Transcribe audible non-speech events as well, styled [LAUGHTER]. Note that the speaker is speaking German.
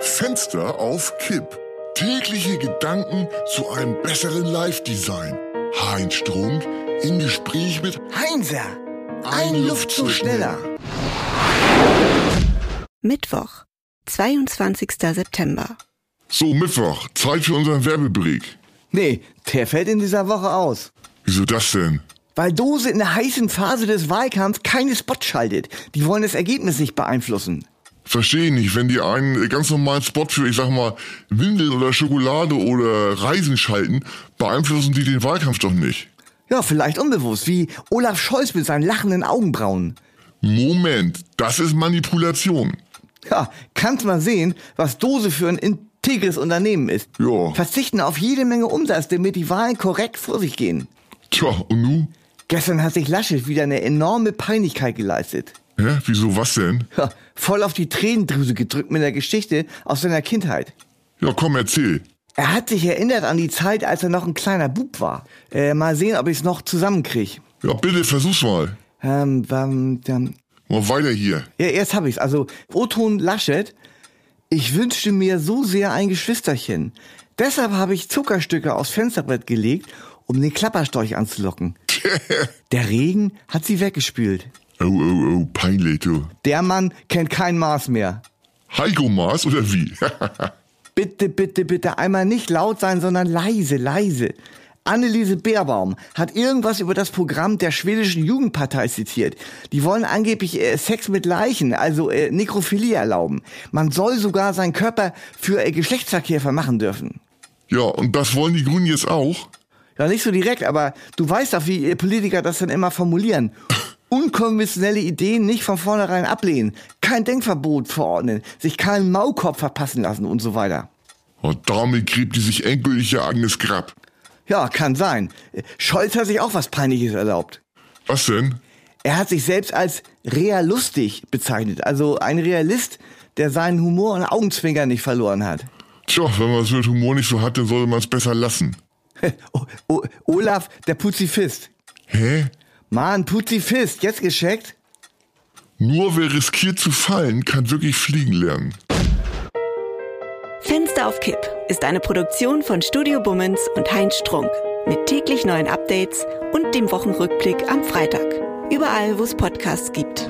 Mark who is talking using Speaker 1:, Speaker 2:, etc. Speaker 1: Fenster auf Kipp. Tägliche Gedanken zu einem besseren Live-Design. Heinz Strunk im Gespräch mit
Speaker 2: Heinzer,
Speaker 1: Ein Luftzug schneller.
Speaker 3: Mittwoch, 22. September.
Speaker 1: So Mittwoch, Zeit für unseren Werbebreak.
Speaker 2: Nee, der fällt in dieser Woche aus.
Speaker 1: Wieso das denn?
Speaker 2: Weil Dose in der heißen Phase des Wahlkampfs keine Spots schaltet. Die wollen das Ergebnis nicht beeinflussen.
Speaker 1: Verstehe nicht, wenn die einen ganz normalen Spot für, ich sag mal, Windeln oder Schokolade oder Reisen schalten, beeinflussen die den Wahlkampf doch nicht.
Speaker 2: Ja, vielleicht unbewusst, wie Olaf Scholz mit seinen lachenden Augenbrauen.
Speaker 1: Moment, das ist Manipulation.
Speaker 2: Ja, kannst mal sehen, was Dose für ein integres Unternehmen ist.
Speaker 1: Ja.
Speaker 2: Verzichten auf jede Menge Umsatz, damit die Wahlen korrekt vor sich gehen.
Speaker 1: Tja, und nu?
Speaker 2: Gestern hat sich Laschet wieder eine enorme Peinlichkeit geleistet.
Speaker 1: Hä, wieso was denn?
Speaker 2: Ja, voll auf die Tränendrüse gedrückt mit der Geschichte aus seiner Kindheit.
Speaker 1: Ja, komm, erzähl.
Speaker 2: Er hat sich erinnert an die Zeit, als er noch ein kleiner Bub war. Äh, mal sehen, ob ich es noch zusammenkriege.
Speaker 1: Ja, bitte, versuch's mal.
Speaker 2: Ähm, ähm, ähm,
Speaker 1: Mal weiter hier.
Speaker 2: ja, jetzt habe ich's. Also, Oton Laschet, ich wünschte mir so sehr ein Geschwisterchen. Deshalb habe ich Zuckerstücke aufs Fensterbrett gelegt, um den Klapperstorch anzulocken. Der Regen hat sie weggespült.
Speaker 1: Oh, oh, oh, peinlich, du.
Speaker 2: Der Mann kennt kein Maß mehr.
Speaker 1: Heiko Maas oder wie? [LAUGHS]
Speaker 2: Bitte, bitte, bitte einmal nicht laut sein, sondern leise, leise. Anneliese Beerbaum hat irgendwas über das Programm der schwedischen Jugendpartei zitiert. Die wollen angeblich äh, Sex mit Leichen, also äh, Nekrophilie erlauben. Man soll sogar seinen Körper für äh, Geschlechtsverkehr vermachen dürfen.
Speaker 1: ja, und das wollen die Grünen jetzt auch?
Speaker 2: Ja, nicht so direkt, aber du weißt doch, wie äh, Politiker das dann immer formulieren. Unkonventionelle Ideen nicht von vornherein ablehnen, kein Denkverbot verordnen, sich keinen Maulkorb verpassen lassen und so weiter.
Speaker 1: Und Oh, damit gräbt die sich endgültig ihr eigenes Grab.
Speaker 2: Ja, kann sein. Scholz hat sich auch was Peinliches erlaubt.
Speaker 1: Was denn?
Speaker 2: Er hat sich selbst als realistig bezeichnet, also ein Realist, der seinen Humor und Augenzwinkern nicht verloren hat. [LAUGHS]
Speaker 1: Tja, wenn man es mit Humor nicht so hat, dann sollte man es besser lassen.
Speaker 2: O o Olaf, der Puzifist.
Speaker 1: Hä?
Speaker 2: Mann, Puzifist, jetzt gescheckt?
Speaker 1: Nur wer riskiert zu fallen, kann wirklich fliegen lernen.
Speaker 3: Fenster auf Kipp ist eine Produktion von Studio Bummens und Heinz Strunk. Mit täglich neuen Updates und dem Wochenrückblick am Freitag. Überall, wo es Podcasts gibt.